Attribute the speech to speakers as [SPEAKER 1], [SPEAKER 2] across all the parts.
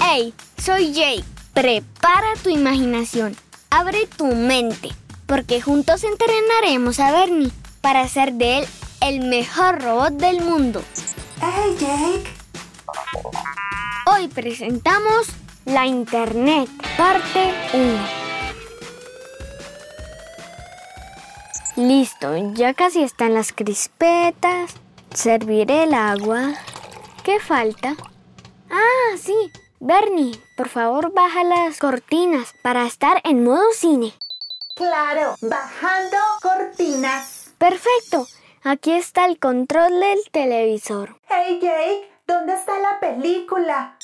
[SPEAKER 1] Hey, soy Jake. Prepara tu imaginación. Abre tu mente. Porque juntos entrenaremos a Bernie para hacer de él el mejor robot del mundo.
[SPEAKER 2] ¡Hey, Jake!
[SPEAKER 1] Hoy presentamos la Internet, parte 1. Listo, ya casi están las crispetas. Serviré el agua. ¿Qué falta? Ah, sí. Bernie, por favor baja las cortinas para estar en modo cine.
[SPEAKER 2] Claro, bajando cortinas.
[SPEAKER 1] Perfecto. Aquí está el control del televisor.
[SPEAKER 2] ¡Hey, Jake! ¿Dónde está la película?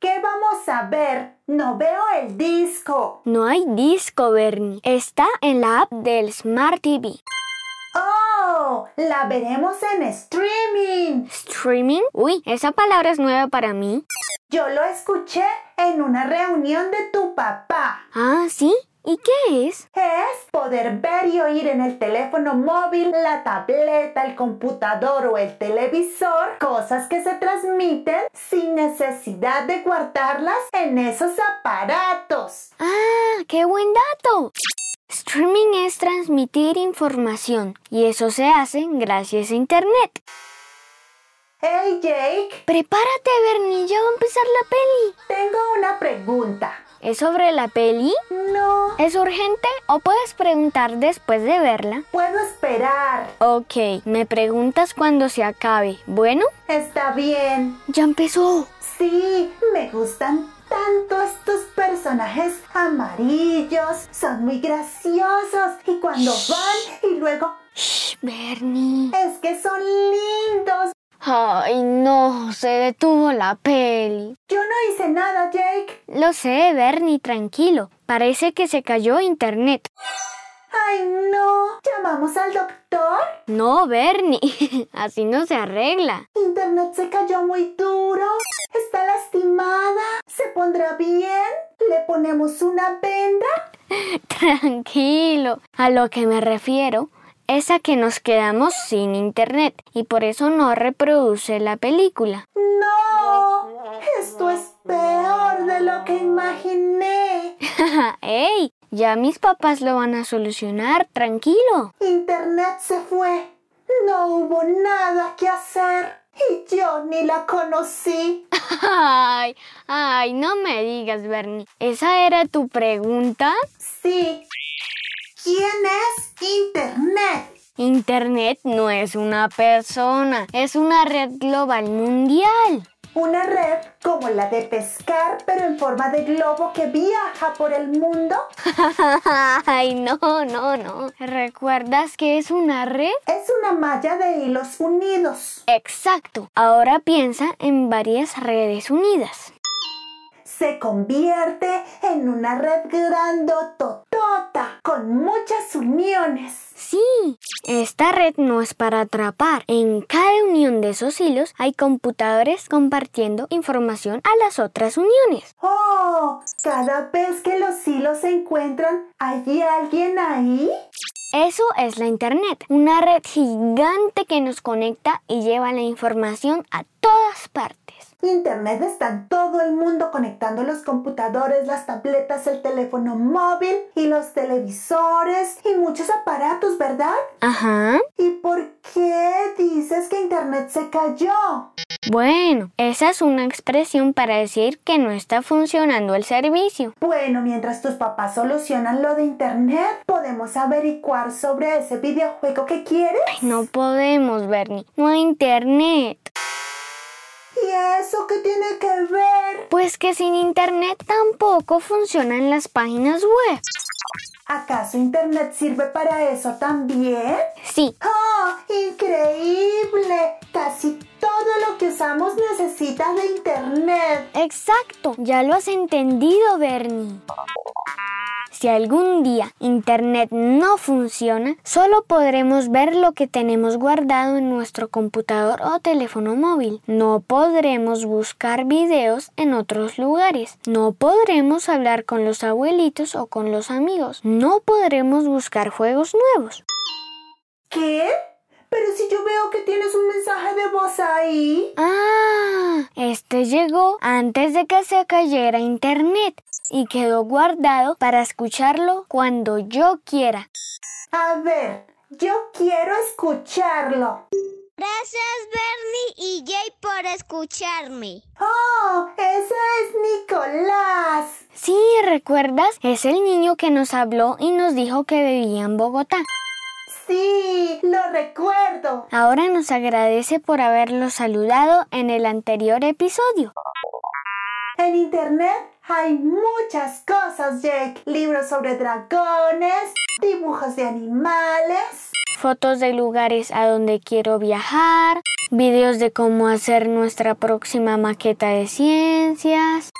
[SPEAKER 2] ¿Qué vamos a ver? No veo el disco.
[SPEAKER 1] No hay disco, Bernie. Está en la app del Smart TV.
[SPEAKER 2] ¡Oh! La veremos en streaming.
[SPEAKER 1] ¿Streaming? Uy, esa palabra es nueva para mí.
[SPEAKER 2] Yo lo escuché en una reunión de tu papá.
[SPEAKER 1] Ah, sí. ¿Y qué es?
[SPEAKER 2] Es poder ver y oír en el teléfono móvil, la tableta, el computador o el televisor cosas que se transmiten sin necesidad de guardarlas en esos aparatos.
[SPEAKER 1] ¡Ah! ¡Qué buen dato! Streaming es transmitir información y eso se hace gracias a Internet.
[SPEAKER 2] ¡Hey Jake!
[SPEAKER 1] Prepárate, Bernie, ya va a empezar la peli.
[SPEAKER 2] Tengo una pregunta.
[SPEAKER 1] ¿Es sobre la peli?
[SPEAKER 2] No.
[SPEAKER 1] ¿Es urgente o puedes preguntar después de verla?
[SPEAKER 2] Puedo esperar.
[SPEAKER 1] Ok, me preguntas cuando se acabe. ¿Bueno?
[SPEAKER 2] Está bien.
[SPEAKER 1] Ya empezó.
[SPEAKER 2] Sí, me gustan tanto estos personajes amarillos. Son muy graciosos. Y cuando van y luego...
[SPEAKER 1] Shh, Bernie.
[SPEAKER 2] Es que son lindos.
[SPEAKER 1] Ay, no, se detuvo la peli.
[SPEAKER 2] Yo no hice nada, Jake.
[SPEAKER 1] Lo sé, Bernie, tranquilo. Parece que se cayó internet.
[SPEAKER 2] Ay, no. ¿Llamamos al doctor?
[SPEAKER 1] No, Bernie. Así no se arregla.
[SPEAKER 2] Internet se cayó muy duro. Está lastimada. ¿Se pondrá bien? ¿Le ponemos una venda?
[SPEAKER 1] tranquilo. A lo que me refiero es a que nos quedamos sin internet y por eso no reproduce la película.
[SPEAKER 2] ¡No! Esto es peor de lo que imaginé.
[SPEAKER 1] ¡Ey! Ya mis papás lo van a solucionar, tranquilo.
[SPEAKER 2] Internet se fue. No hubo nada que hacer. Y yo ni la conocí.
[SPEAKER 1] Ay, ay, no me digas, Bernie. ¿Esa era tu pregunta?
[SPEAKER 2] Sí. ¿Quién es Internet?
[SPEAKER 1] Internet no es una persona, es una red global mundial.
[SPEAKER 2] Una red como la de pescar, pero en forma de globo que viaja por el mundo.
[SPEAKER 1] Ay, no, no, no. ¿Recuerdas que es una red?
[SPEAKER 2] Es una malla de hilos unidos.
[SPEAKER 1] Exacto. Ahora piensa en varias redes unidas
[SPEAKER 2] se convierte en una red grandototota con muchas uniones.
[SPEAKER 1] Sí, esta red no es para atrapar. En cada unión de esos hilos hay computadores compartiendo información a las otras uniones.
[SPEAKER 2] ¡Oh! Cada vez que los hilos se encuentran, ¿hay alguien ahí?
[SPEAKER 1] Eso es la Internet, una red gigante que nos conecta y lleva la información a todas partes.
[SPEAKER 2] Internet está en todo el mundo conectando los computadores, las tabletas, el teléfono móvil y los televisores y muchos aparatos, ¿verdad?
[SPEAKER 1] Ajá.
[SPEAKER 2] ¿Y por qué dices que Internet se cayó?
[SPEAKER 1] Bueno, esa es una expresión para decir que no está funcionando el servicio.
[SPEAKER 2] Bueno, mientras tus papás solucionan lo de Internet, ¿podemos averiguar sobre ese videojuego que quieres?
[SPEAKER 1] Ay, no podemos, Bernie. No hay Internet.
[SPEAKER 2] ¿Y eso qué tiene que ver?
[SPEAKER 1] Pues que sin internet tampoco funcionan las páginas web.
[SPEAKER 2] ¿Acaso internet sirve para eso también?
[SPEAKER 1] Sí.
[SPEAKER 2] ¡Oh! ¡Increíble! Casi todo lo que usamos necesita de internet.
[SPEAKER 1] Exacto. Ya lo has entendido, Bernie. Si algún día Internet no funciona, solo podremos ver lo que tenemos guardado en nuestro computador o teléfono móvil. No podremos buscar videos en otros lugares. No podremos hablar con los abuelitos o con los amigos. No podremos buscar juegos nuevos.
[SPEAKER 2] ¿Qué? Pero si yo veo que tienes un mensaje de voz ahí.
[SPEAKER 1] Ah, este llegó antes de que se cayera internet y quedó guardado para escucharlo cuando yo quiera.
[SPEAKER 2] A ver, yo quiero escucharlo.
[SPEAKER 3] Gracias Bernie y Jay por escucharme.
[SPEAKER 2] ¡Oh! ¡Ese es Nicolás!
[SPEAKER 1] Sí, ¿recuerdas? Es el niño que nos habló y nos dijo que vivía en Bogotá.
[SPEAKER 2] Sí, lo recuerdo.
[SPEAKER 1] Ahora nos agradece por haberlo saludado en el anterior episodio.
[SPEAKER 2] En internet hay muchas cosas, Jake. Libros sobre dragones, dibujos de animales.
[SPEAKER 1] Fotos de lugares a donde quiero viajar, videos de cómo hacer nuestra próxima maqueta de ciencias.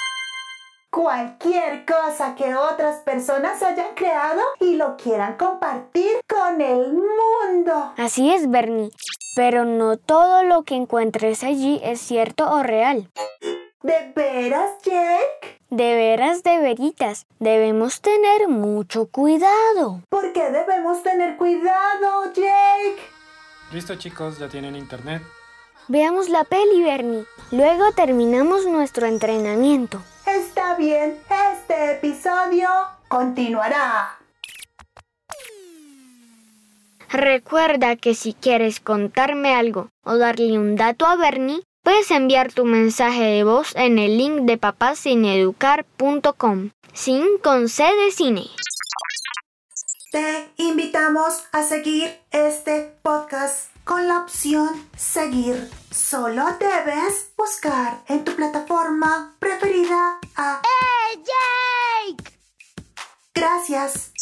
[SPEAKER 2] Cualquier cosa que otras personas hayan creado y lo quieran compartir con el mundo.
[SPEAKER 1] Así es, Bernie. Pero no todo lo que encuentres allí es cierto o real.
[SPEAKER 2] ¿De veras, Jake?
[SPEAKER 1] De veras, de veritas, debemos tener mucho cuidado.
[SPEAKER 2] ¿Por qué debemos tener cuidado, Jake?
[SPEAKER 4] Listo chicos, ya tienen internet.
[SPEAKER 1] Veamos la peli, Bernie. Luego terminamos nuestro entrenamiento.
[SPEAKER 2] Está bien, este episodio continuará.
[SPEAKER 1] Recuerda que si quieres contarme algo o darle un dato a Bernie, puedes enviar tu mensaje de voz en el link de papasineducar.com. Sin con C de cine.
[SPEAKER 2] Te invitamos a seguir este podcast con la opción Seguir. Solo debes buscar en tu plataforma preferida a
[SPEAKER 3] ¡Eh, Jake!
[SPEAKER 2] Gracias.